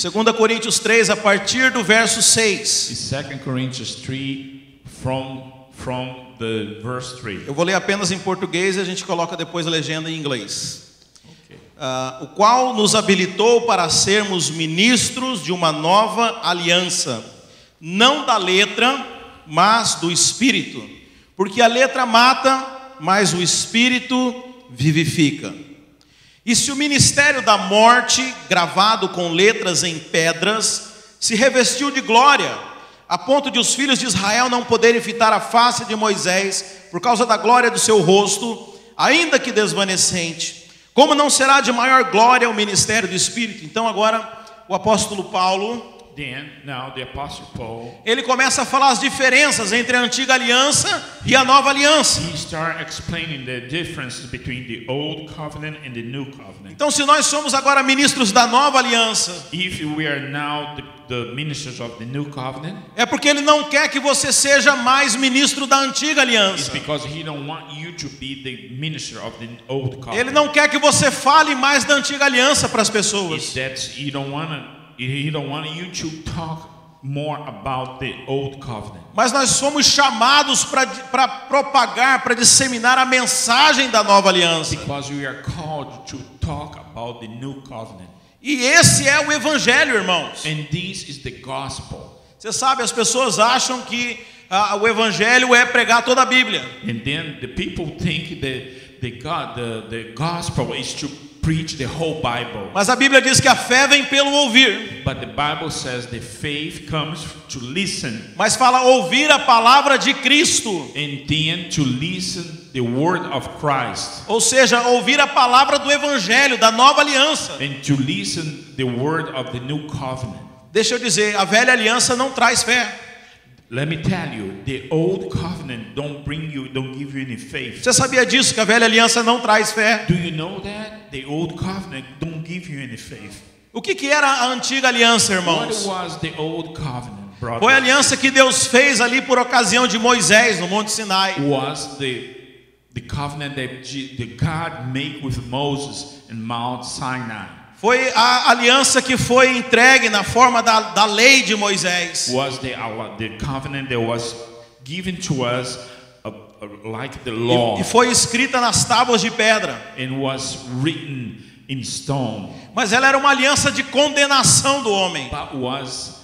2 Coríntios 3, a partir do verso 6. is 2 Corinthians 3 from from the verse 3. Eu vou ler apenas em português e a gente coloca depois a legenda em inglês. Okay. Ah, o qual nos habilitou para sermos ministros de uma nova aliança, não da letra, mas do espírito. Porque a letra mata, mas o espírito vivifica. E se o ministério da morte, gravado com letras em pedras, se revestiu de glória, a ponto de os filhos de Israel não poderem fitar a face de Moisés por causa da glória do seu rosto, ainda que desvanecente, como não será de maior glória o ministério do Espírito? Então, agora, o apóstolo Paulo, Then now the apostle Paul ele começa a falar as diferenças entre a antiga aliança e a nova aliança. he start explaining the differences between the old covenant and the new covenant. Então, se nós somos agora ministros da nova aliança, If we are now the, the ministers of the new covenant, É porque ele não quer que você seja mais ministro da antiga it's aliança. because he don't want you to be the minister of the old Ele covenant. não quer que você fale mais da antiga aliança para as It's pessoas. that he don't want he don't want you to talk more about the old covenant. Mas nós somos chamados para propagar, para disseminar a mensagem da nova aliança. Because we are called to talk about the new covenant. E esse é o evangelho, irmãos. And this is the gospel. Você sabe, as pessoas acham que ah, o evangelho é pregar toda a Bíblia. And then the people think that the God the, the gospel is to preach the whole Bible. Mas a Bíblia diz que a fé vem pelo ouvir. But the Bible says the faith comes to listen Mas fala ouvir a palavra de Cristo. and then to listen the word of Christ Ou seja, ouvir a palavra do evangelho, da nova aliança. and to listen the word of the new covenant. Deixa eu dizer, a velha aliança não traz fé. Let me tell you, the old covenant don't bring you, don't give you any faith. Você sabia disso que a velha aliança não traz fé? Do you know that? The old covenant don't give you any faith. O que, que era a antiga aliança, What irmãos? was the old covenant, Foi a brother? aliança que Deus fez ali por ocasião de Moisés no Monte Sinai. Was the the covenant that, Je- that God made with Moses in Mount Sinai Foi a aliança que foi entregue na forma da, da lei de Moisés. was the our- the covenant that was given to us uh, uh, like the law E, e foi escrita nas tábuas de pedra. and was written in stone, Mas ela era uma aliança de condenação do homem. but was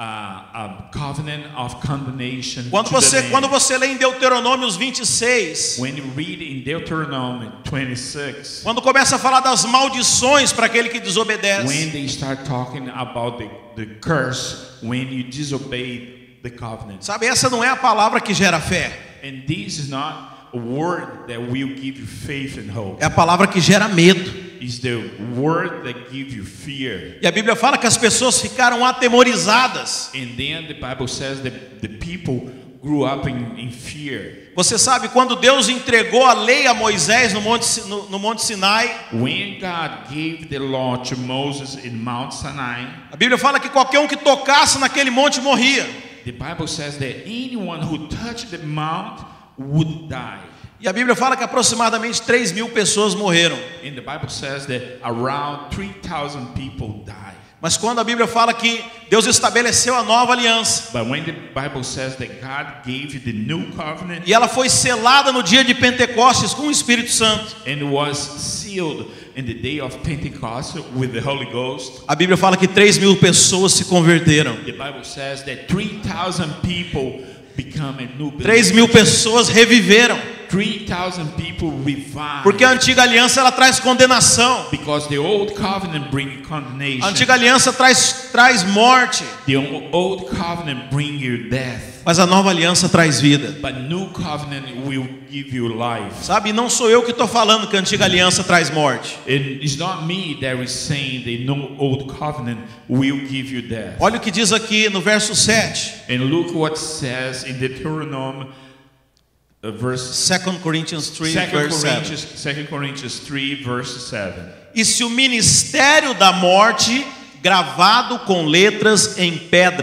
uh, a covenant of condemnation. Quando to the você, man. quando você lê em Deuteronômios 26, When you read in Deuteronomy 26, quando começa a falar das maldições para aquele que desobedece. when they start talking about the, the curse when you disobey the covenant. Sabe, essa não é a palavra que gera fé, And this is not a word that will give you faith and hope. é a palavra que gera medo. It's the word that gives you fear. E a Bíblia fala que as pessoas ficaram atemorizadas. And then the Bible says that the people grew up in, in fear. Você sabe quando Deus entregou a lei a Moisés no Monte, Si- no, no Monte Sinai? When God gave the law to Moses in Mount Sinai, A Bíblia fala que qualquer um que tocasse naquele monte morria. the Bible says that anyone who touched the mount would die. E a Bíblia fala que aproximadamente 3 mil pessoas morreram. And the Bible says that around 3,000 people die. Mas quando a Bíblia fala que Deus estabeleceu a nova aliança But when the Bible says that God gave the new covenant e ela foi selada no dia de Pentecostes com o Espírito Santo, and was sealed in the day of Pentecost with the Holy Ghost, a Bíblia fala que 3 mil pessoas se converteram. the Bible says that 3,000 people become a new 3 believer. mil pessoas reviveram. 3,000 people revived. Porque a antiga aliança ela traz condenação. because the old covenant bring A condemnation. antiga aliança traz, traz morte. the old covenant bring you death. Mas a nova aliança traz vida. But new covenant will give you life. Sabe, não sou eu que estou falando que a antiga aliança traz morte. It is not me that is saying the no old covenant will give you death. Olha o que diz aqui no verso 7, And look what says in Deuteronomy uh, verse 2 Corinthians 3, 2 verse 7. Corinthians, 2 Corinthians 3 verse 7. E se o ministério da morte, gravado com letras em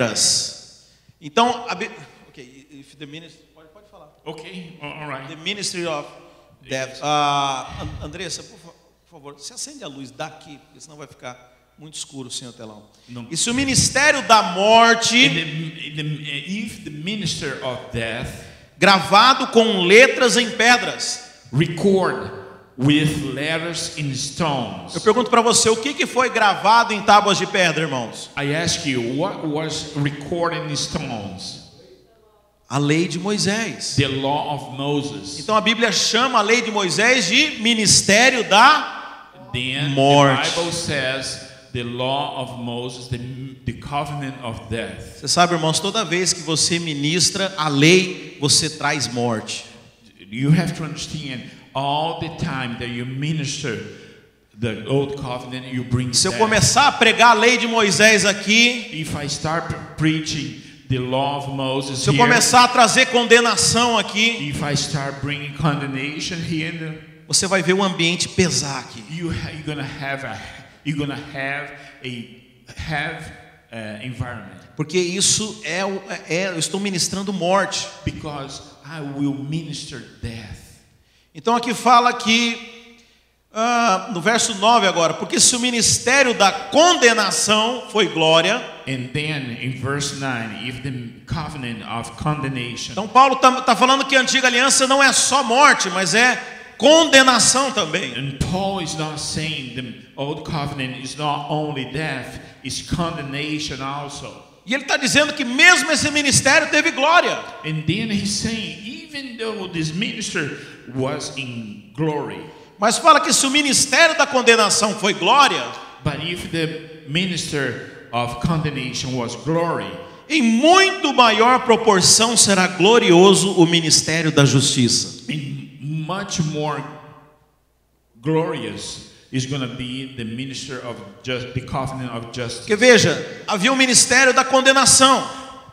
pedras. Então, a Bí- ok, if the ministry, pode, pode falar. Okay, a- all right. The Ministry of Death. Ah, An- Andressa, por, fa- por favor, se acende a luz daqui, porque senão vai ficar Muito escuro, senhor telão. Não. E se o ministério da morte, And the- the- if the minister of death gravado com letras em pedras, record with letters in eu stones. pergunto para você, o que, que foi gravado em tábuas de pedra, irmãos? I ask you, what was recorded in stones? A lei de Moisés. The law of Moses. Então a Bíblia chama a lei de Moisés de ministério da. Then Morte. the Bible says the law of Moses, the, the covenant of death. Você sabe, irmãos, toda vez que você ministra a lei, você traz morte. You have to understand all the time that you minister the old covenant, you bring Se eu death. começar a pregar a lei de Moisés aqui, If I start preaching the law of Moses se eu here, começar a trazer condenação aqui, if I start bringing condemnation here, você vai ver o ambiente pesar aqui. you ha- you're gonna have a you're gonna have a have uh, environment Porque isso é, o- é- eu estou ministrando morte. because I will minister death. Então aqui fala que, ah, no verso 9 agora, porque se o ministério da condenação foi glória, And then in verse 9, if the covenant of condemnation, Então Paulo está falando que a antiga aliança não é só morte, mas é condenação também. and Paul is not saying the old covenant is not only death, it's condemnation also. E ele está dizendo que mesmo esse ministério teve glória. And then he's saying, even though this minister was in glory, Mas fala que se o ministério da condenação foi glória, but if the minister of condemnation was glory, em muito maior proporção será glorioso o ministério da justiça. in much more glorious is going to be the minister of just the covenant of justice. Porque veja, havia o ministério da condenação,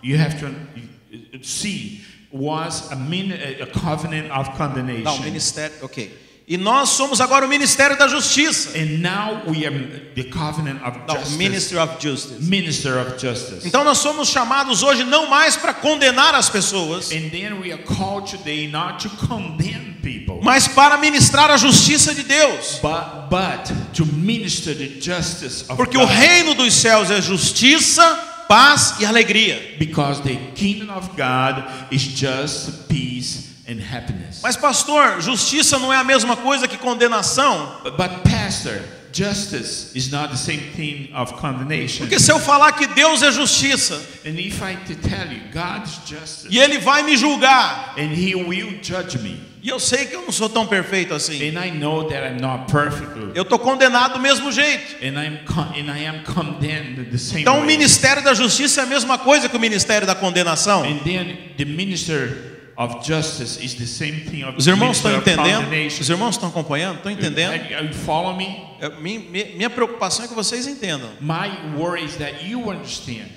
You have to uh, see was a, min, a a covenant of condemnation. não, ministério, ok. E nós somos agora o ministério da justiça, and now we are the covenant of não, justice. ministry of justice. Minister of justice. Então nós somos chamados hoje não mais para condenar as pessoas, And then we are called today not to condemn people, mas para ministrar a justiça de Deus. but, but to minister the justice of Porque o God. reino dos céus é justiça, paz e alegria. Because the kingdom of God is just peace and happiness. Mas, pastor, justiça não é a mesma coisa que condenação? But, but pastor, justice is not the same thing of condemnation. Porque se eu falar que Deus é justiça And if I to tell you, God's justice, e Ele vai me julgar, and He will judge me, e eu sei que eu não sou tão perfeito assim, and I know that I'm not perfect, eu estou condenado do mesmo jeito. and I'm con- and I am condemned the same Então, o way. ministério da justiça é a mesma coisa que o ministério da condenação. And then the minister of justice is the same thing of Os the irmãos estão minister of entendendo? condemnation. Os irmãos estão acompanhando? Estão entendendo? Are- are you follow me? É, mi- mi- Minha preocupação é que vocês entendam. My worry is that you understand.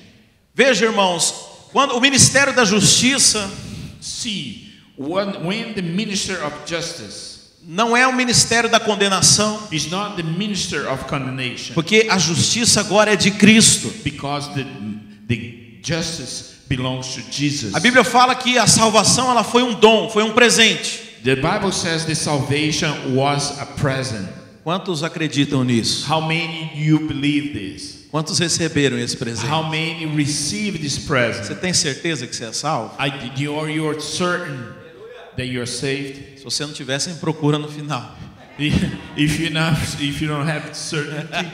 Veja, irmãos, quando o Ministério da Justiça See, when, when the minister of justice não é o ministério da condenação, is not the minister of condemnation, porque a justiça agora é de Cristo. because the the justice belongs to Jesus. A Bíblia fala que a salvação ela foi um dom, foi um presente. The Bible says the salvation was a present. Quantos acreditam nisso? How many you believe this? Quantos receberam esse presente? How many receive this Você present? tem certeza que você é salvo? I, you are you are certain that you are saved? Se você não tiver, você me procura no final. If you not, if you don't have certainty,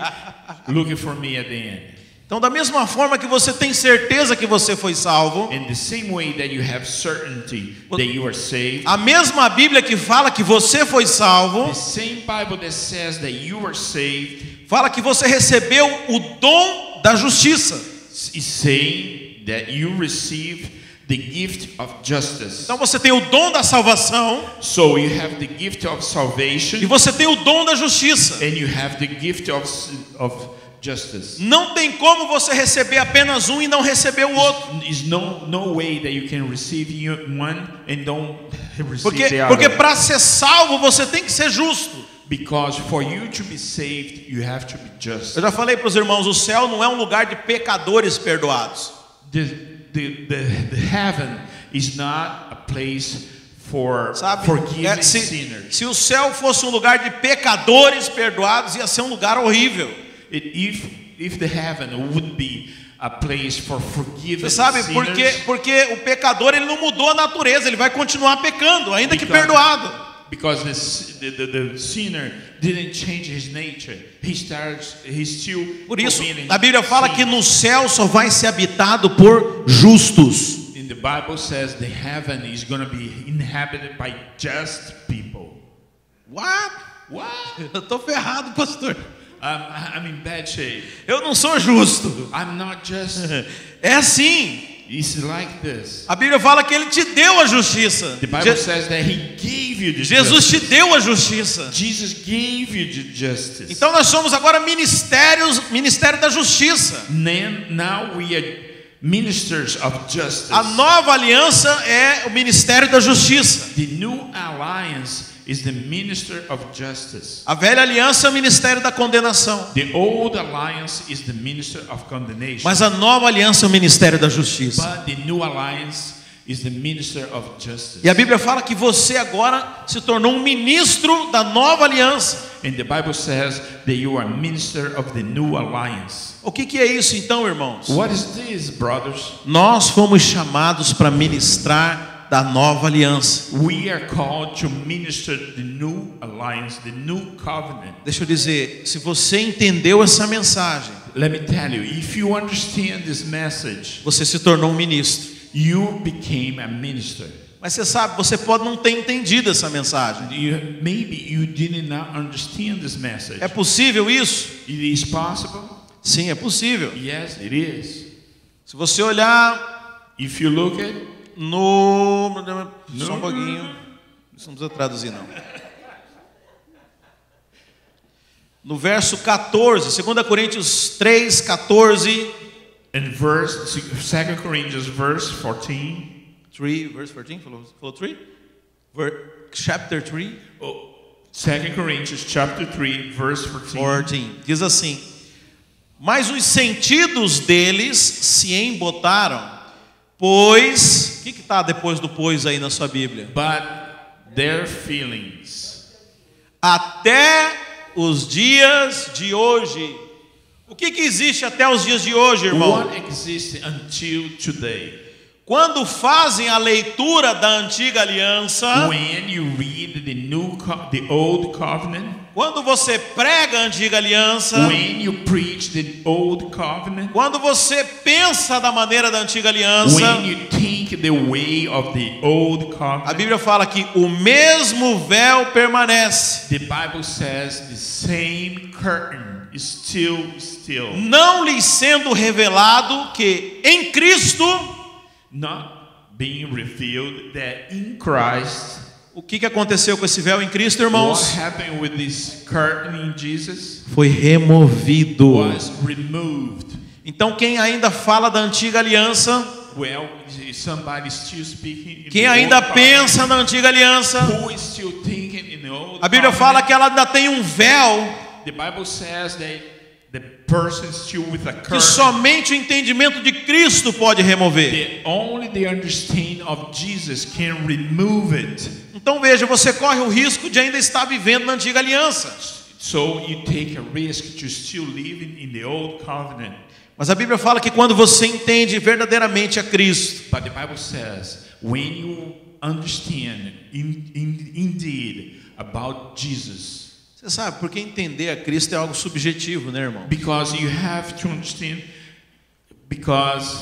looking for me at the end. Então, da mesma forma que você tem certeza que você foi salvo, In the same way that you have certainty that you are saved, a mesma Bíblia que fala que você foi salvo, the same Bible that says that you are saved fala que você recebeu o dom da justiça. is saying that you receive the gift of justice. Então você tem o dom da salvação So you have the gift of e salvation você tem o dom da justiça. and you have the gift of s- of justice. Não tem como você receber apenas um e não receber o outro. Is no no way that you can receive you- one and don't receive Porque, the other. porque para ser salvo você tem que ser justo. Because for you to be saved, you have to be just. Eu já falei para os irmãos, o céu não é um lugar de pecadores perdoados. The, the, the, the heaven is not a place for Sabe? forgiving É, se, sinners. se o céu fosse um lugar de pecadores perdoados, ia ser um lugar horrível. It, if if the heaven would be a place for forgiven Você sabe por quê? sinners, Porque o pecador ele não mudou a natureza, ele vai continuar pecando, ainda que Because- perdoado. because the, s- the, the, the sinner didn't change his nature, he starts he still Por isso, committing a Bíblia fala sin. que no céu só vai ser habitado por justos. In the Bible says the heaven is going to be inhabited by just people. What? What? Eu tô ferrado, pastor. I'm, Um, I'm in bad shape. Eu não sou justo. I'm not just. É assim. It's like this. A Bíblia fala que ele te deu a justiça. The Bible Je- says that He gave you the Jesus justice. te deu a justiça. Jesus gave you the justice. Então nós somos agora ministérios, ministério da justiça. Then, now we are ministers of justice. A nova aliança é o ministério da justiça. the new alliance is the minister of justice. A velha aliança é o ministério da condenação. The old alliance is the minister of condemnation. Mas a nova aliança é o ministério da justiça. but the new alliance is the minister of justice. E a Bíblia fala que você agora se tornou um ministro da nova aliança. And the Bible says that you are minister of the new alliance. O que, que é isso então, irmãos? What is this, brothers? Nós fomos chamados para ministrar da nova aliança. We are called to minister the new alliance, the new covenant. Deixa eu dizer, se você entendeu essa mensagem, Let me tell you, if you understand this message, você se tornou um ministro. you became a minister. Mas você sabe, você pode não ter entendido essa mensagem. You, maybe you did not understand this message. É possível isso? It is possible? Sim, é possível. Yes, it is. Se você olhar If you look at no. Só um pouquinho. Isso não precisa traduzir, não. No verso 14, 2 Coríntios 3, 14. in verse 2 Corinthians verse 14, 3, verse 14, falou, falou 3? Ver, chapter 3, Oh, 2 Corinthians chapter 3 verse 14. 14. Diz assim: Mas os sentidos deles se embotaram, pois. O que está depois do pois aí na sua Bíblia? But their feelings Até os dias de hoje. O que, que existe até os dias de hoje, irmão? what exists until today. Quando fazem a leitura da antiga aliança, When you read the new co- the old covenant, quando você prega a antiga aliança, when you preach the old covenant, quando você pensa da maneira da antiga aliança, when you think the way of the old A covenant, Bíblia fala que o mesmo véu permanece, the Bible says the same curtain is still still não lhe sendo revelado que em Cristo, not being revealed that in Christ o que, que aconteceu com esse véu em Cristo, What irmãos? happened with this curtain in Jesus Foi removido. was removed. Então, quem ainda fala da antiga aliança, Well, is somebody still speaking. in quem the ainda old pensa na antiga aliança, covenant? Who is still thinking in the old? a Bíblia fala covenant? que ela ainda tem um véu The Bible says that the person still with a que curtain. somente o entendimento de Cristo pode remover. the, only the understanding of Jesus can remove it. Então, veja, você corre o risco de ainda estar vivendo na antiga aliança. So you take a risk to still living in the old covenant. Mas a Bíblia fala que quando você entende verdadeiramente a Cristo, But the Bible says, when you understand in, in, indeed about Jesus, você sabe, porque entender a Cristo é algo subjetivo, né, irmão? because you have to understand, because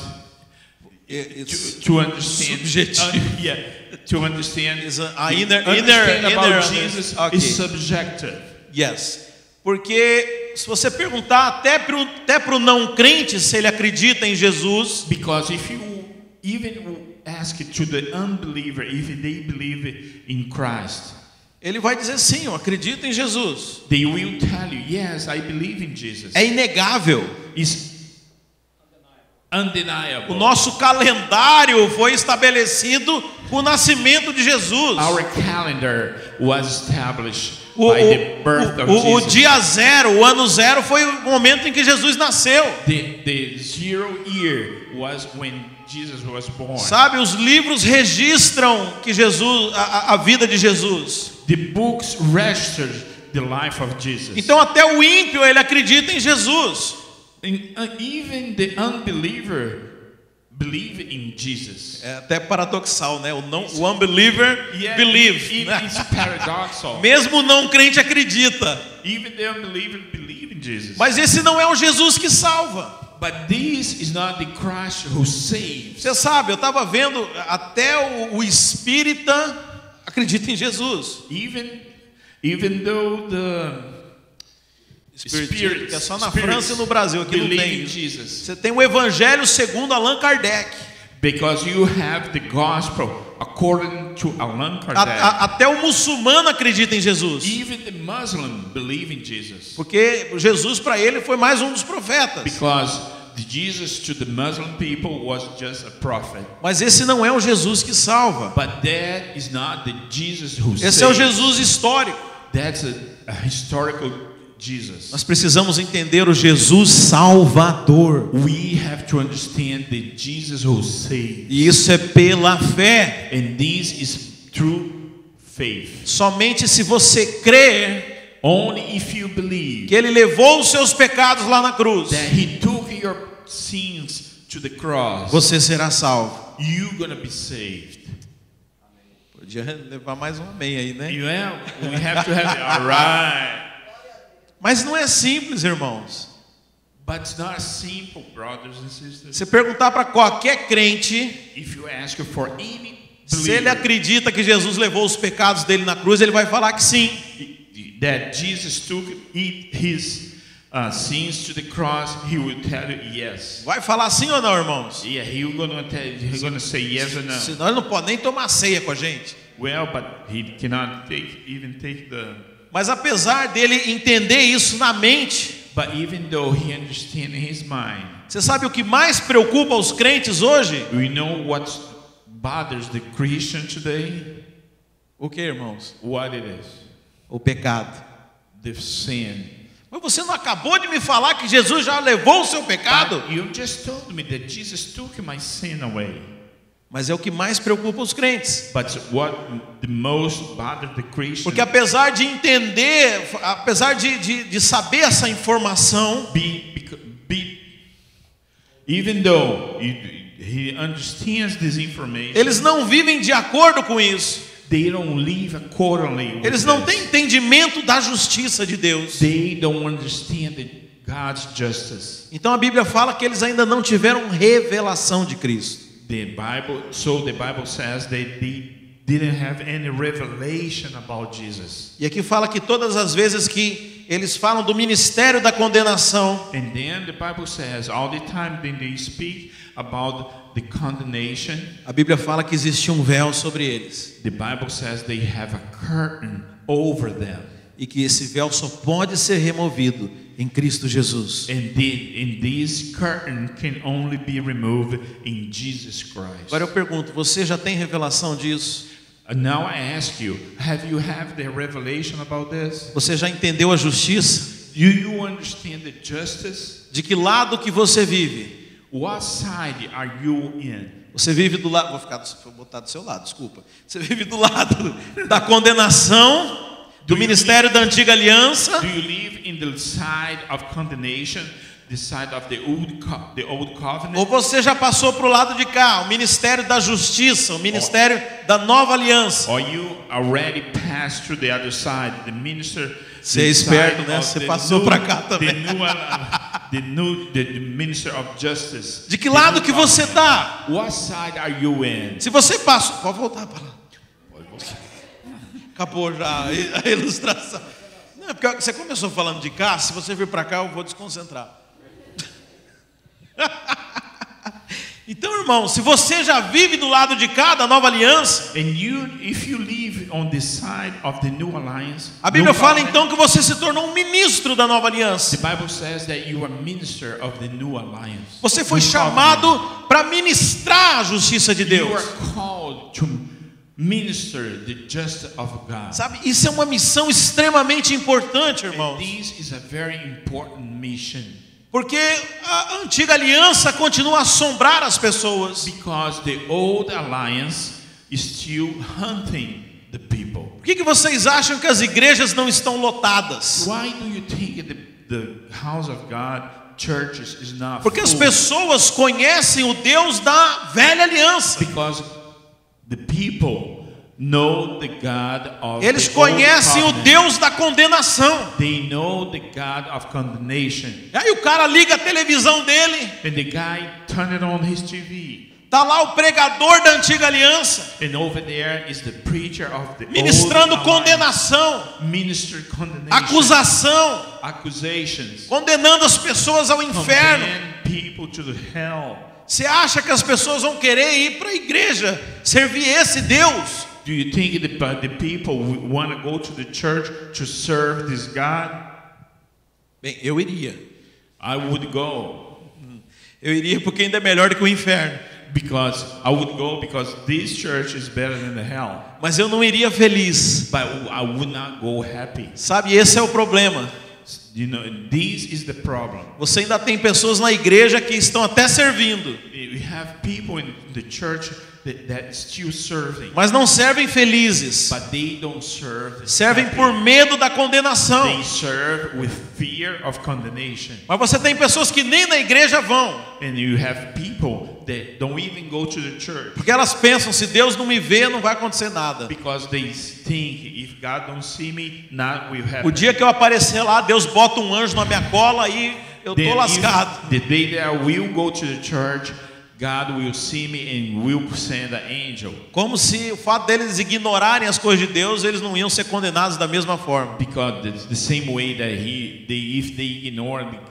É, to, to understand, Subjective. uh, yeah, to understand Is is a- uh, a inner- inner- about inner- Jesus okay. is subjective. Yes. Porque se você perguntar até para até pro não crente se ele acredita em Jesus, Because if you even ask it to the unbeliever if they believe in Christ, ele vai dizer sim, eu acredito em Jesus. they will tell you, yes, I believe in Jesus. É inegável. It's O undeniable. nosso calendário foi estabelecido com o nascimento de Jesus. Our calendar was established O, by the birth of o- o- o Jesus. dia zero, o ano zero, foi o momento em que Jesus nasceu. The, the zero year was when Jesus was born. Sabe, os livros registram que Jesus, a, a- a vida de Jesus. The books registered the life of Jesus. Então até o ímpio ele acredita em Jesus. And uh, even the unbeliever believe in Jesus. É até paradoxal, né? O, não, o unbeliever Yeah, believe. it- né? it- it's paradoxal. Mesmo o não crente acredita. even the unbeliever believe in Jesus. Mas esse não é o Jesus que salva. But this is not the Christ who saves. Você sabe, eu estava vendo, até o, o espírita acredita em Jesus. Even, even though the Espírito, que é só na spirits França e no Brasil, aqui não believe tem. in isso. Jesus, Você tem o Evangelho segundo Allan Kardec. because you have the gospel according to Alan A- Kardec. a- até o muçulmano acredita em Jesus. even the Muslim believe in Jesus, Porque Jesus, para ele, foi mais um dos profetas. because the Jesus to the Muslim people was just a prophet. Mas esse não é o Jesus que salva. But that is not the Jesus who Esse é o saves. Jesus histórico. That's a, a historical Jesus. Nós precisamos entender o Jesus Salvador. We have to understand the Jesus who saves, E isso é pela fé. and this is true faith. Somente se você crer Only if you believe que ele levou os seus pecados lá na cruz, that He took your sins to the cross, você será salvo. you're gonna be saved. Podia levar mais um amém aí, né? You have, we have to have. All right, Mas não é simples, irmãos. but it's not simple, brothers and sisters. Se perguntar para qualquer crente If you ask for any se ele believer acredita que Jesus levou os pecados dele na cruz, ele vai falar que sim. that Jesus took it- His uh, sins to the cross, He will tell you yes. Vai falar sim ou não, irmãos? Yeah, he gonna tell, he gonna say yes or no. Senão ele não pode nem tomar ceia com a gente. Well, but he cannot take even take the. Mas apesar dele entender isso na mente, But even though he understand his mind, você sabe o que mais preocupa os crentes hoje? we know what bothers the Christian today. O que, irmãos? What it is, O pecado. the sin. Mas você não acabou de me falar que Jesus já levou o seu pecado? But you just told me that Jesus took my sin away. Mas é o que mais preocupa os crentes. But what the most bothered the Christian? Porque apesar de entender, apesar de, de, de saber essa informação, be, becau- be, even though he, he understands this information, eles não vivem de acordo com isso. They don't live accordingly. with Eles não this. têm entendimento da justiça de Deus. They don't understand the God's justice. Então a Bíblia fala que eles ainda não tiveram revelação de Cristo. The Bible. So the Bible says they, they didn't have any revelation about Jesus. E aqui fala que todas as vezes que eles falam do ministério da condenação, And then the Bible says all the time then they speak about the condemnation. a Bíblia fala que existe um véu sobre eles The Bible says they have a curtain over them. e que esse véu só pode ser removido em Cristo Jesus. And, the, and this curtain can only be removed in Jesus Christ. Agora eu pergunto, você já tem revelação disso? And Now I ask you, have you have the revelation about this? Você já entendeu a justiça? Do you understand the justice? De que lado que você vive? What side are you in? Você vive do lado, vou ficar do, vou botar do seu lado, desculpa. Você vive do lado da condenação, do ministério da antiga aliança, Do you live in the side of condemnation, the side of the old co- the old ou covenant? você já passou para o lado de cá, o ministério da justiça, o ministério da nova aliança. Or you already passed through the other side, the minister Você the é esperto, side né? of Você the passou new- pra cá também. The new, uh, the new the, the minister of justice. De que the lado new que você tá? está? covenant. What side are you in? Se você passou, pode voltar para lá. Acabou já a a ilustração. Não, é porque você começou falando de cá, se você vir para cá eu vou desconcentrar. Então, irmão, se você já vive do lado de cá da nova aliança, And you, if you live on the side of the new alliance, a Bíblia new fala covenant, então que você se tornou um ministro da nova aliança. The Bible says that you are minister of the new alliance. Você foi New covenant. chamado para ministrar a justiça de You Deus. are called to minister the justice of God. Sabe, isso é uma missão extremamente importante, irmão. This is a very important mission Porque a antiga aliança continua a assombrar as pessoas. because the old alliance is still hunting the people. Por que, que vocês acham que as igrejas não estão lotadas? Why do you think the, the house of God churches is not Porque as full pessoas conhecem o Deus da velha aliança. because the people know the God of Eles the old conhecem o covenant. Deus da condenação. They know the God of condemnation. E aí o cara liga a televisão dele, And the guy turned it on his TV. tá lá o pregador da antiga aliança, And over there is the preacher of the ministrando old alliance. condenação, Minister condemnation. acusação, Accusations. condenando as pessoas ao inferno. Condemn people to the hell. Você acha que as pessoas vão querer ir para a igreja servir esse Deus? Do you think the, but the people want to go to the church to serve this God? Bem, eu iria. I would go Eu iria porque ainda é melhor do que o inferno. because I would go because this church is better than the hell. Mas eu não iria feliz. But I would not go happy. Sabe, esse é o problema. You know, this is the problem. Você ainda tem pessoas na igreja que estão até servindo, We have people in the church that, that is still serving, mas não servem felizes. but they don't serve. Servem happy. por medo da condenação. They serve with fear of condemnation. Mas você tem pessoas que nem na igreja vão, And you have people that don't even go to the church porque elas pensam: se Deus não me vê, não vai acontecer nada. because they think if God don't see me, not will O happen. dia que eu aparecer lá, Deus bota um anjo na minha cola e eu Then tô if- lascado. the day that I will go to the church, God will see me and will send an angel. Como se o fato deles ignorarem as coisas de Deus, eles não iam ser condenados da mesma forma. Because it's the same way that he, they, if they ignore the,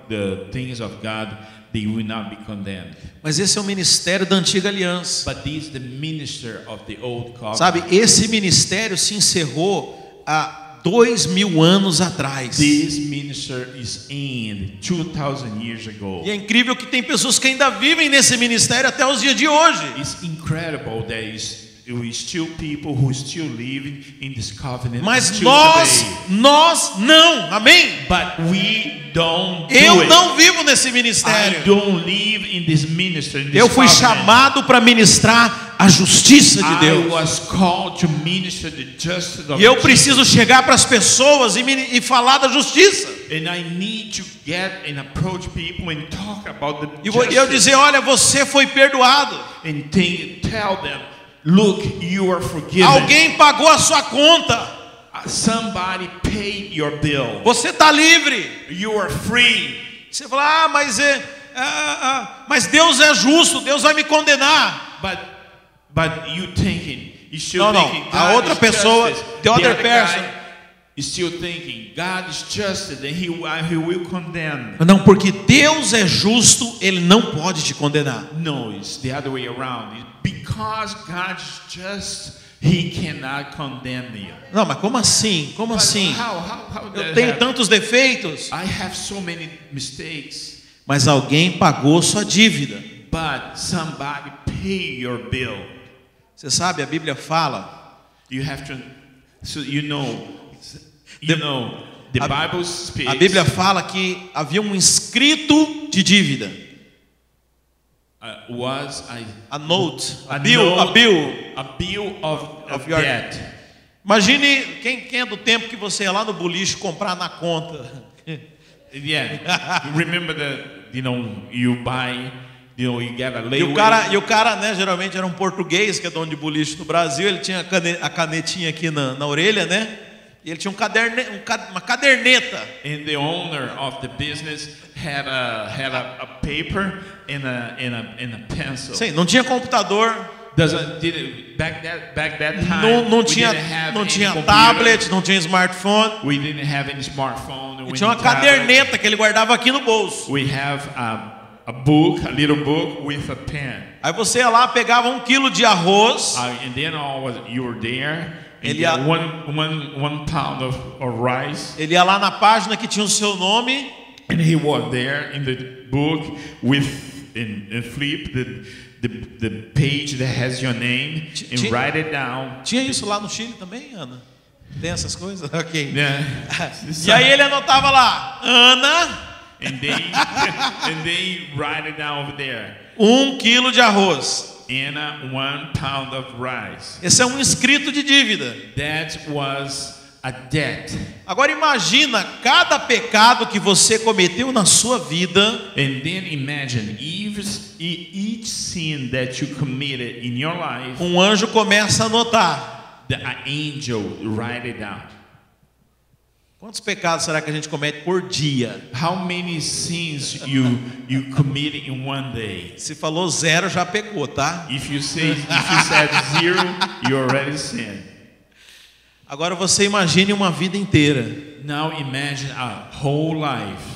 the things of God, they will not be condemned. Mas esse é o ministério da antiga aliança. But this is the minister of the old covenant. Sabe, esse ministério se encerrou há dois mil anos atrás. E This minister is in 2,000 years ago. é incrível que tem pessoas que ainda vivem nesse ministério até os dias de hoje. It's incredible that is we still people who still living in this covenant. Mas until nós, today. nós não, amém? but we don't do Eu it. não vivo nesse I ministério. don't live in this ministry. In this Eu fui covenant. chamado para ministrar a justiça de I Deus. was called to minister the justice of E eu Jesus. preciso chegar para as pessoas e, mini- e falar da justiça. And I need to get and approach people and talk about the E vou- e eu justice dizer, olha, você foi perdoado. and think, tell them, look, you are forgiven. Uh, Alguém pagou a sua conta. Somebody paid your bill. Você está livre. You are free. Você fala, ah, mas é, ah, ah, mas Deus é justo. Deus vai me condenar. But but you thinking, you still Não, não. thinking A God outra is pessoa, justice. the other guy person. is still thinking God is justice and he will- he will condemn. Não, porque Deus é justo, Ele não pode te condenar. No, it's the other way around. Because God is just, he cannot condemn you. Não, mas como assim? Como But assim? How, how, how that Eu tenho happen? tantos defeitos. I have so many mistakes, Mas alguém pagou sua dívida. but somebody pay your bill. Você sabe, a Bíblia fala. You have to, so you know, you know, the a- Bible speaks. A Bíblia fala que havia um escrito de dívida. uh, was a, A note. A a bill. A note- bill. a bill of, of, your- debt. Imagine quem, quem é do tempo que você ia lá no boliche comprar na conta. Yeah, You remember that you know you buy, you know you get a E layaway. o cara, e o cara né, geralmente era um português que é dono de boliche no Brasil, ele tinha a cane- a canetinha aqui na, na orelha, né? E ele tinha um caderne, um ca- uma caderneta. And the owner of the business had a had a, a paper and a and a and a pencil. Sim, não tinha computador, Doesn't did it back that back that time? não, não Ah, we tinha, didn't have não any tinha computer, tablet, não tinha smartphone. We didn't have any smartphone. Ele we tinha uma didn't tablet. caderneta que ele guardava aqui no bolso. We have a, a book, a little book with a pen. Aí você ia lá, pegava um quilo de arroz, Uh, and then all was you were there. And Ele you a- had one, one, one pound of, of rice, ele ia lá na página que tinha o seu nome, and he was there in the book with and, and flip the, the the page that has your name Ti- and ti- write it down. Tinha isso lá no Chile também, Ana? Tem essas coisas? Ok. Yeah. E aí ele anotava lá, Ana, and then and then you write it down over there. um quilo de arroz. Anna, one pound of rice. Esse é um escrito de dívida. That was a debt. Agora imagina cada pecado que você cometeu na sua vida, And then imagine each, e- each sin that you committed in your life, um anjo começa a anotar. the angel write it down. Quantos pecados será que a gente comete por dia? How many sins you you commit in one day? Se falou zero, já pecou, tá? If you say if you said zero, you already sinned. Agora você imagine uma vida inteira. Now imagine a whole life.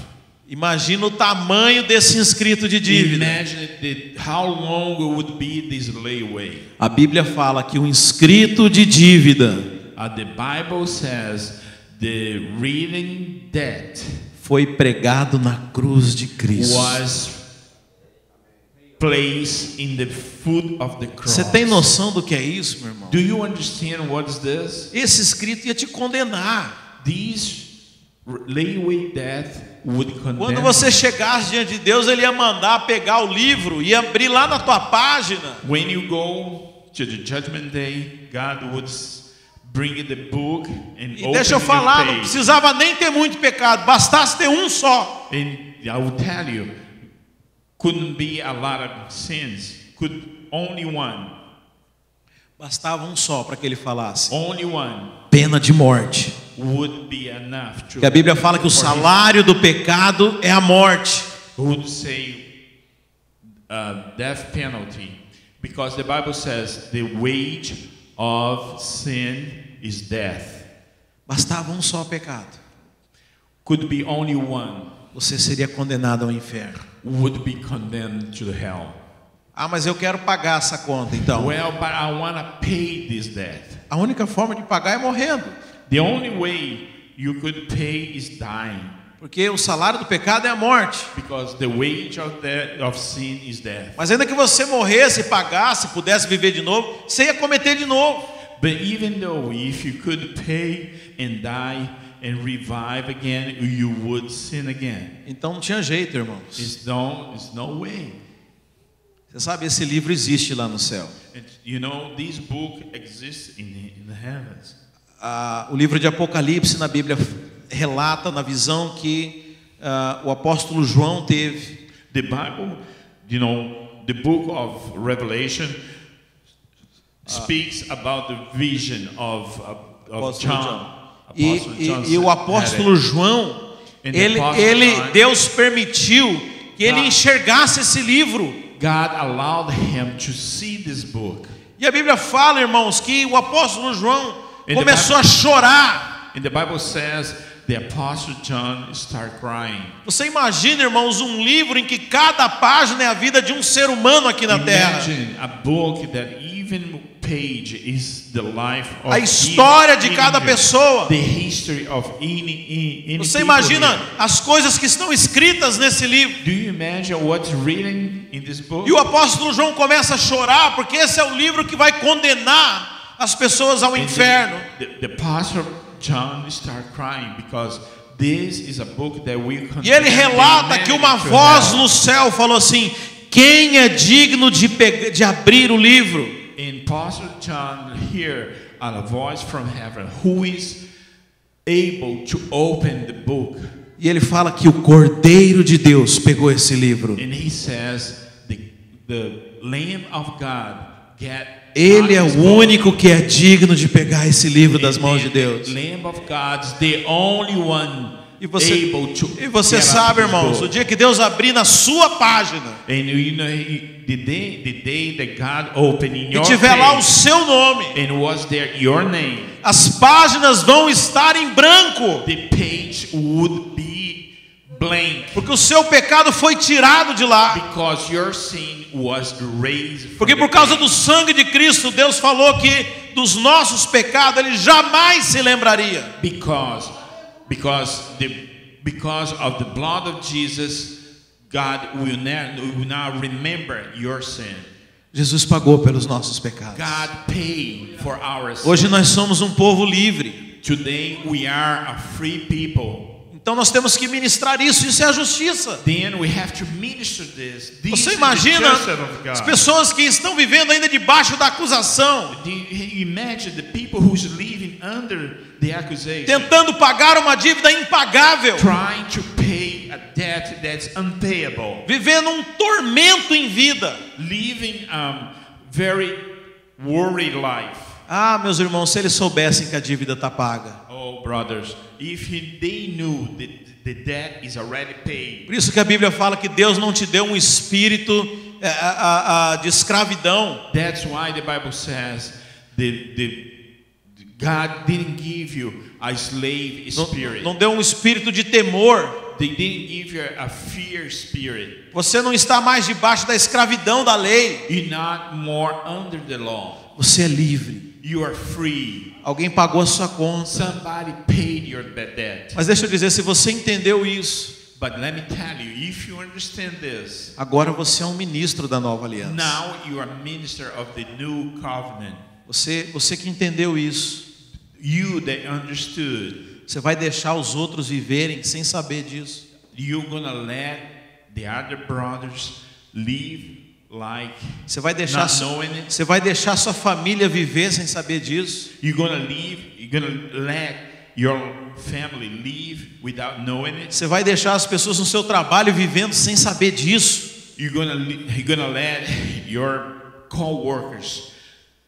Imagina o tamanho desse inscrito de dívida. Imagine the, how long it would be this layaway. A Bíblia fala que o inscrito de dívida Uh, the Bible says the reading debt foi pregado na cruz de Cristo. was placed in the foot of the cross. Você tem noção do que é isso, meu irmão? Do you understand what is this? Esse escrito ia te condenar. These r- layaway debt would condemn. Quando você chegasse diante de Deus, ele ia mandar pegar o livro e abrir lá na tua página. When you go to the judgment day, God would s- bring the book and E open deixa eu the falar, não page. precisava nem ter muito pecado, bastasse ter um só. And I will tell you, couldn't be a lot of sins. Could only one, Bastava um só para que ele falasse. only one Pena de morte. would be enough to. Porque a Bíblia fala que o for him. salário do pecado é a morte. would say uh, death penalty, because the Bible says the wage of sin is death. Bastava um só pecado. Could be only one Você seria condenado ao inferno. would be condemned to hell. Ah, mas eu quero pagar essa conta, então. Well, but I want to pay this death. A única forma de pagar é morrendo. The only way you could pay is dying. Porque o salário do pecado é a morte. Because the wage of, the, of sin is death. Mas ainda que você morresse, pagasse, pudesse viver de novo, você ia cometer de novo. But even though if you could pay and die and revive again, you would sin again. Então não tinha jeito, irmãos. It's no, it's no way. Você sabe, esse livro existe lá no céu. And you know, this book exists in the, in the heavens. Ah, o livro de Apocalipse na Bíblia relata na visão que ah, o apóstolo João teve. The Bible, you know, the book of Revelation speaks about the vision of, of, of Apóstolo John. John. E, Apostle e- John e o had it. apóstolo João, And the ele, apostle ele- John- Deus permitiu que ele Ah. enxergasse esse livro. God allowed him to see this book. E a Bíblia fala, irmãos, que o apóstolo João And the começou a chorar. And the Bible says the apostle John started crying. Você imagina, irmãos, um livro em que cada página é a vida de um ser humano aqui na Terra. Imagine a book that even page is the life of A história each de cada individual. pessoa. The history of any, any Você people imagina here. as coisas que estão escritas nesse livro. Do you imagine what's written in this book? E o apóstolo João começa a chorar, porque esse é o livro que vai condenar as pessoas ao And inferno. The, the, the pastor John started crying because this is a book that we E ele relata que uma voz no céu falou assim: Quem é digno de, pe- de abrir o livro? In Pastor John here, and a voice from heaven, who is able to open the book? E ele fala que o Cordeiro de Deus pegou esse livro. And he says, the, the Lamb of God get Ele é his o book." único que é digno de pegar esse livro das And mãos de the Deus. Lamb of God is the only one E você, able to e você get out sabe, his irmãos, o book. dia que Deus abrir na sua página And you know, he- the day, the day that God opened in e your tiver lá o face, seu nome, and was there your name, as páginas vão estar em branco. the page would be blank. Porque o seu pecado foi tirado de lá. Because your sin was raised. from Porque the por causa grave. do sangue de Cristo, Deus falou que dos nossos pecados ele jamais se lembraria. because because the because of the blood of Jesus, God will not will not remember your sin. Jesus pagou pelos nossos pecados. God paid for our sin. Hoje nós somos um povo livre. Today we are a free people. Então nós temos que ministrar isso, isso é a justiça. Then we have to minister this. This Você is the imagina justice of as God. pessoas que estão vivendo ainda debaixo da acusação, Do you- you imagine the people who's living living under the accusation, tentando pagar uma dívida impagável, trying to pay a debt that's unpayable, vivendo um tormento em vida. living um very worried life. Ah, meus irmãos, se eles soubessem que a dívida está paga. Oh, brothers, if he, they knew that the debt is already paid, Por isso que a Bíblia fala que Deus não te deu um espírito é, a- a- a- de escravidão, that's why the Bible says the, the God didn't give you a slave não, spirit. não deu um espírito de temor. They didn't give you a fear spirit. Você não está mais debaixo da escravidão da lei. You're not more under the law. Você é livre. You are free. Alguém pagou a sua conta. Somebody paid your debt. Mas deixa eu dizer, se você entendeu isso, But let me tell you, if you understand this, agora você é um ministro da nova aliança. now you are minister of the new covenant. Você, você que entendeu isso, You that understood, você vai deixar os outros viverem sem saber disso. you're gonna let the other brothers live like Você vai deixar, not knowing it. você vai deixar sua família viver sem saber disso. You're gonna live. You're gonna let your family live without knowing it. Você vai deixar as pessoas no seu trabalho vivendo sem saber disso. You're gonna li- you're gonna let your co-workers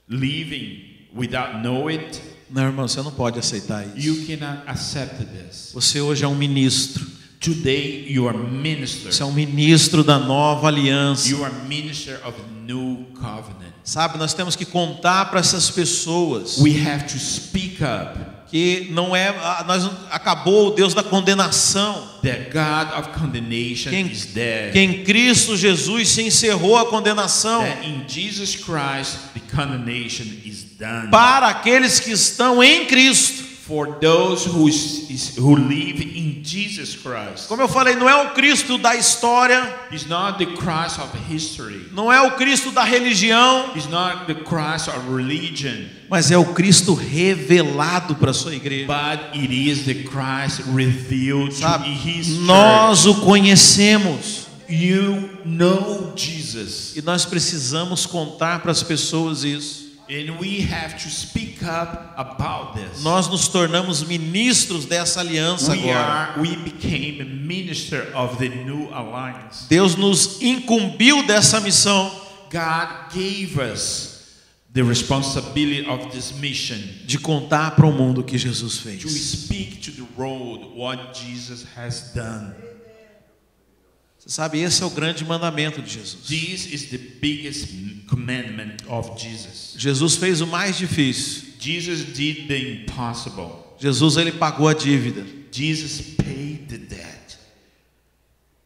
living without know it. Não, irmão, você não pode aceitar isso. You cannot accept this. Você hoje é um ministro. Today you are minister. Você é um ministro da nova aliança. you are minister of new covenant. Sabe, nós temos que contar para essas pessoas We have to speak up que não é, ah, nós acabou o Deus da condenação. that God of condemnation Quem, is dead. que em Cristo Jesus se encerrou a condenação that in Jesus Christ the condemnation is done. para aqueles que estão em Cristo. for those who is, is- who live in Jesus Christ. Como eu falei, não é o Cristo da história, It's not the Christ of history. não é o Cristo da religião, It's not the Christ of religion, mas é o Cristo revelado para a sua igreja. but it is the Christ revealed to Sabe? his church. Nós o conhecemos You know Jesus, e nós precisamos contar para as pessoas isso. and we have to speak up about this. Nós nos tornamos ministros dessa aliança we agora. are we became a minister of the new alliance. Deus nos incumbiu dessa missão God gave us the responsibility of this mission de contar para o mundo o que Jesus to fez. speak to the world what Jesus has done. Você sabe, esse é o grande mandamento de Jesus. This is the biggest commandment of Jesus. Jesus fez o mais difícil. Jesus did the impossible. Jesus ele pagou a dívida. Jesus paid the debt.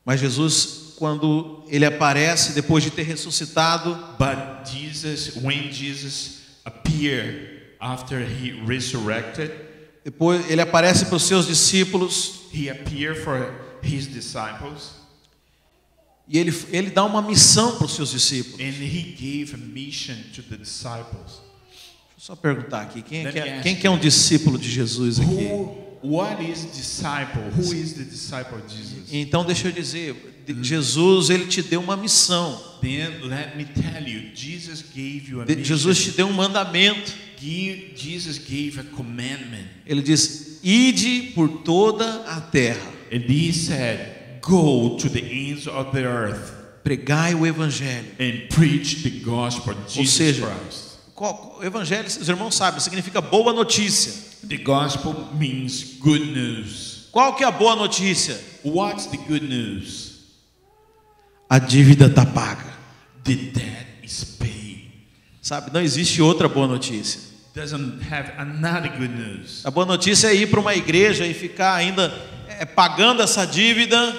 Mas Jesus, quando ele aparece depois de ter ressuscitado, But Jesus, when Jesus appeared after he resurrected, depois ele aparece para os seus discípulos he appeared for his disciples e ele, ele dá uma missão para os seus discípulos. and he gave a mission to the disciples. Deixa eu só perguntar aqui, quem, é que Let me é, ask quem que é um discípulo de Jesus Who aqui? what is disciple? Who is the disciple of Jesus? Então deixa eu dizer, de- Jesus ele te deu uma missão. Then let me tell you, Jesus gave you a De- mission. Jesus te deu um mandamento. Give, Jesus gave a commandment. Ele diz: "Ide por toda a terra, And he said, Go to the ends of the earth pregai o evangelho." and preach the gospel of Jesus seja, Christ. Qual- o evangelho, os irmãos sabem, significa boa notícia. The gospel means good news. Qual que é a boa notícia? What's the good news? A dívida está paga. The debt is paid. Sabe, não existe outra boa notícia. Doesn't have another good news. A boa notícia é ir para uma igreja e ficar ainda é, pagando essa dívida.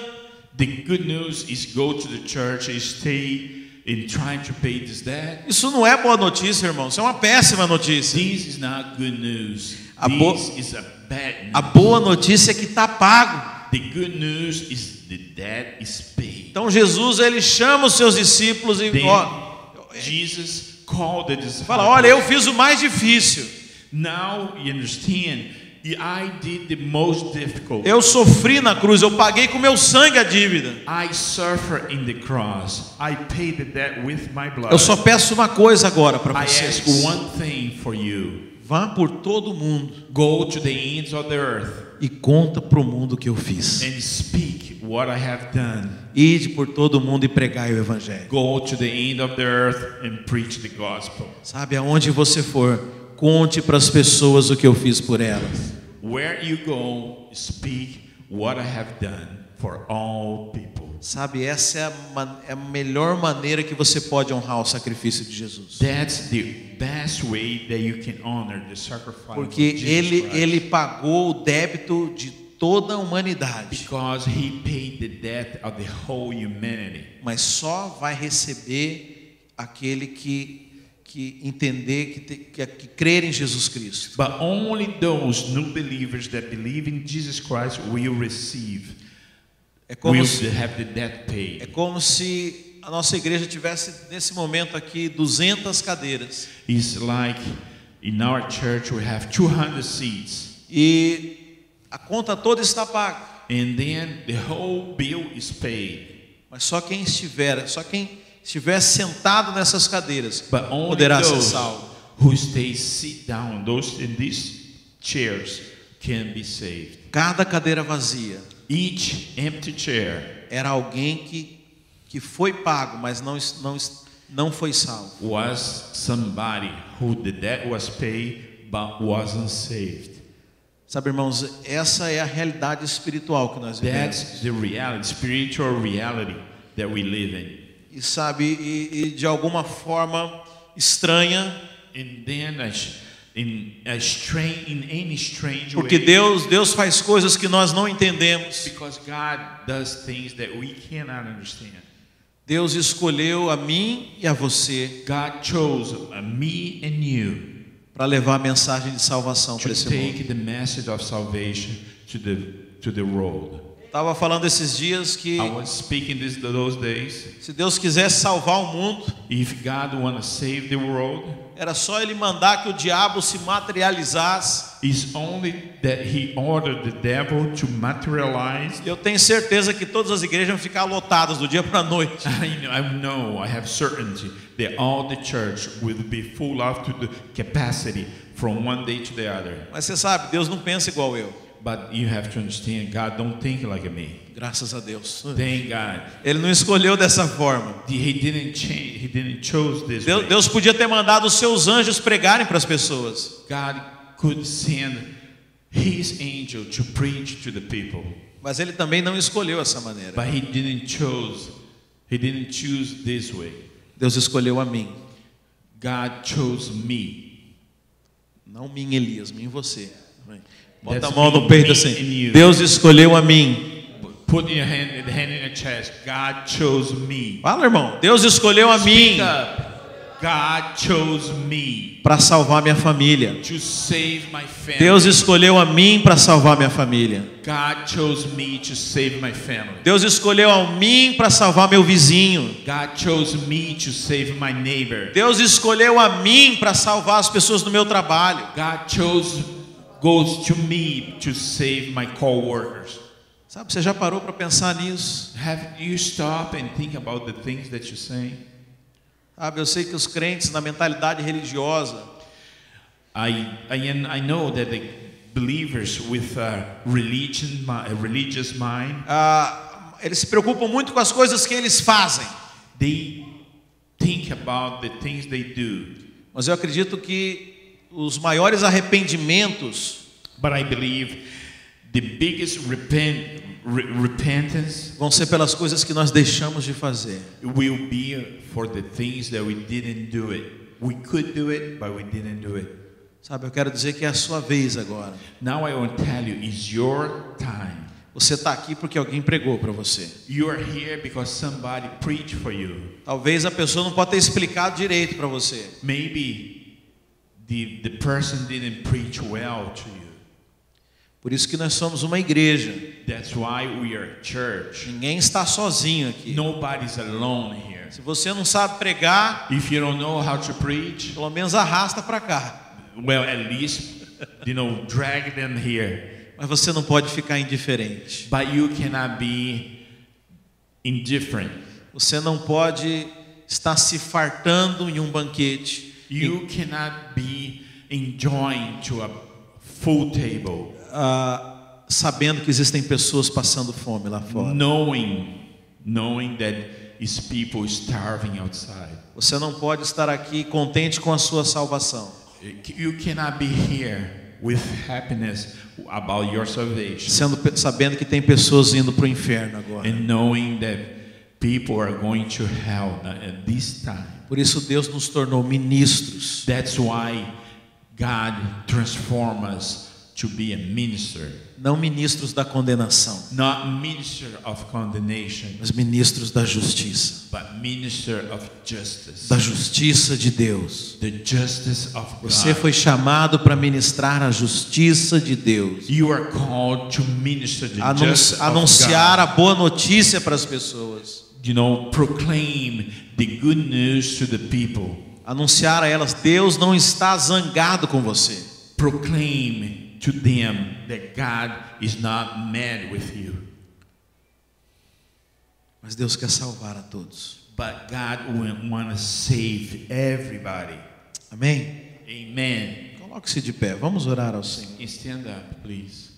The good news is go to the church and stay and try to pay this debt. Isso não é boa notícia, irmão. Isso é uma péssima notícia. This is not good news. A bo- this is a bad A news. boa notícia é que está pago. The good news is the debt is paid. Então Jesus ele chama os seus discípulos e Then ó, Jesus called the disciples. fala: olha, eu fiz o mais difícil. Now you understand. I did the most difficult. Eu sofri na cruz. Eu paguei com meu sangue a dívida. I suffer in the cross. I paid the debt with my blood. Eu só peço uma coisa agora para I vocês. ask one thing for you. Vá por todo o mundo Go to the ends of the earth e conta para o mundo o que eu fiz. and speak what I have done. Ide por todo o mundo e pregai o evangelho. Go to the end of the earth and preach the gospel. Sabe aonde você for, conte para as pessoas o que eu fiz por elas. Where you go, speak what I have done for all people. Sabe, essa é a, ma- é a melhor maneira que você pode honrar o sacrifício de Jesus. That's the best way that you can honor the sacrifice Porque of Jesus ele, Christ. ele pagou o débito de toda a humanidade, because he paid the debt of the whole humanity. mas só vai receber aquele que, que entender, que, te- que, que crer em Jesus Cristo. But only those new believers that believe in Jesus Christ will receive, É como, will se, have the debt paid. é como se a nossa igreja tivesse, nesse momento aqui, 200 cadeiras. It's like in our church we have 200 seats, E a conta toda está paga. and then the whole bill is paid. Mas só quem estiver, só quem estiver sentado nessas cadeiras But only poderá ser those salvo. who stay sit down, those in these chairs, can be saved. Cada cadeira vazia Each empty chair era alguém que, que foi pago, mas não, es- não, es- não foi salvo. was somebody who the debt was paid but wasn't saved. Sabe, irmãos, essa é a realidade espiritual que nós vivemos. That's the reality, spiritual reality that we live in. E sabe, e, e de alguma forma estranha, And then a, sh- in a strange, in any strange porque way, Deus, Deus faz coisas que nós não entendemos. because God does things that we cannot understand. Deus escolheu a mim e a você God chose uh, me and you para levar a mensagem de salvação para to esse mundo. take the message of salvation to the to the world. Estava falando esses dias que I was speaking this those days. Se Deus quisesse salvar o mundo, If God want to save the world, era só ele mandar que o diabo se materializasse. it's only that He ordered the devil to materialize Eu tenho certeza que todas as igrejas vão ficar lotadas do dia para a noite. I know, I know, I have certainty that all the church will be full up to the capacity from one day to the other. Mas você sabe, Deus não pensa igual eu. But you have to understand, God don't think like me. Graças a Deus. Thank God. Ele não escolheu dessa forma. He didn't change. He didn't chose this. Deus, way. Deus podia ter mandado os seus anjos pregarem para as pessoas, God could send His angel to preach to the people, mas ele também não escolheu essa maneira. but He didn't chose. He didn't choose this way. Deus escolheu a mim, God chose me. não mim, Elias, mim você. Bota a That's mão no me, peito me assim. and you. Deus escolheu a mim. Put your hand, the hand in your chest. God chose me. Fala, irmão. Deus escolheu a mim Speak up. God chose me para salvar minha família. to save my family. Deus escolheu a mim para salvar minha família. God chose me to save my family. Deus escolheu a mim para salvar meu vizinho. God chose me to save my neighbor. Deus escolheu a mim para salvar as pessoas do meu trabalho. God chose goes to me to save my co-workers. Sabe, você já parou para pensar nisso? Have you stop and think about the things that you're saying? Sabe, eu sei que os crentes na mentalidade religiosa, I I, and I know that the believers with a religion mi- a religious mind ah, eles se preocupam muito com as coisas que eles fazem. they think about the things they do. Mas eu acredito que os maiores arrependimentos But I believe the biggest repent, re- repentance vão ser pelas coisas que nós deixamos de fazer. will be for the things that we didn't do it. We could do it, but we didn't do it. Sabe, eu quero dizer que é a sua vez agora. Now I will tell you, it's your time. Você está aqui porque alguém pregou para você. You are here because somebody preached for you. Talvez a pessoa não possa ter explicado direito para você, Maybe the, the person didn't preach well to you. por isso que nós somos uma igreja. That's why we are a church. Ninguém está sozinho aqui. Nobody's alone here. Se você não sabe pregar, If you don't know how to preach, pelo menos arrasta para cá. Well, at least, you know, drag them here. Mas você não pode ficar indiferente. But you cannot be indifferent. Você não pode estar se fartando em um banquete You cannot be enjoined to a full table, ah, sabendo que existem pessoas passando fome lá fora. knowing, knowing that it's people starving outside. Você não pode estar aqui contente com a sua salvação. You cannot be here with happiness about your salvation sendo pe- sabendo que tem pessoas indo para o inferno agora. and knowing that people are going to hell at this time. Por isso Deus nos tornou ministros. That's why God transformed us to be a minister, Não ministros da condenação, not minister of condemnation, mas ministros da justiça. but minister of justice. Da justiça de Deus. The justice of Você God. foi chamado para ministrar a justiça de Deus. You are called to minister the Anun- justice of anunciar a God. boa notícia para as pessoas. You know, proclaim the good news to the people. Anunciar a elas: Deus não está zangado com você. proclaim to them that God is not mad with you, Mas Deus quer salvar a todos. but God will want to save everybody. Amém? Amen. Coloque-se de pé. Vamos orar ao Senhor. And stand up, please.